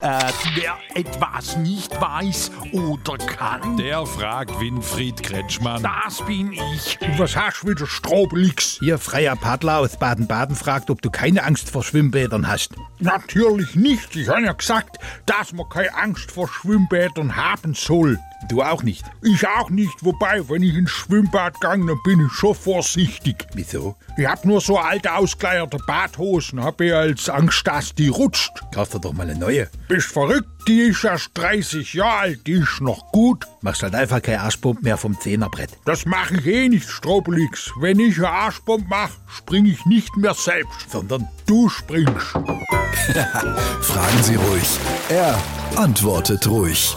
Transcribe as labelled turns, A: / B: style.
A: Äh, wer etwas nicht weiß oder kann,
B: Der fragt Winfried Kretschmann.
A: das bin ich.
C: Was hast du wieder Strobelix?
D: Hier, freier Paddler aus Baden-Baden fragt, ob du keine Angst vor Schwimmbädern hast.
C: Natürlich nicht. Ich habe ja gesagt, dass man keine Angst vor Schwimmbädern haben soll.
D: Du auch nicht.
C: Ich auch nicht, wobei, wenn ich ins Schwimmbad gang, dann bin ich schon vorsichtig.
D: Wieso?
C: Ich hab nur so alte ausgeleierte Badhosen, hab ich als Angst, dass die rutscht.
D: Kauf dir doch mal eine neue.
C: Bist verrückt, die ist erst 30 Jahre alt, die ist noch gut.
D: Machst halt einfach keine Arschpump mehr vom Zehnerbrett.
C: Das mache ich eh nicht, Strobelix. Wenn ich eine Arschbombe mache, springe ich nicht mehr selbst.
D: Sondern
C: Du springst.
E: Fragen Sie ruhig. Er antwortet ruhig.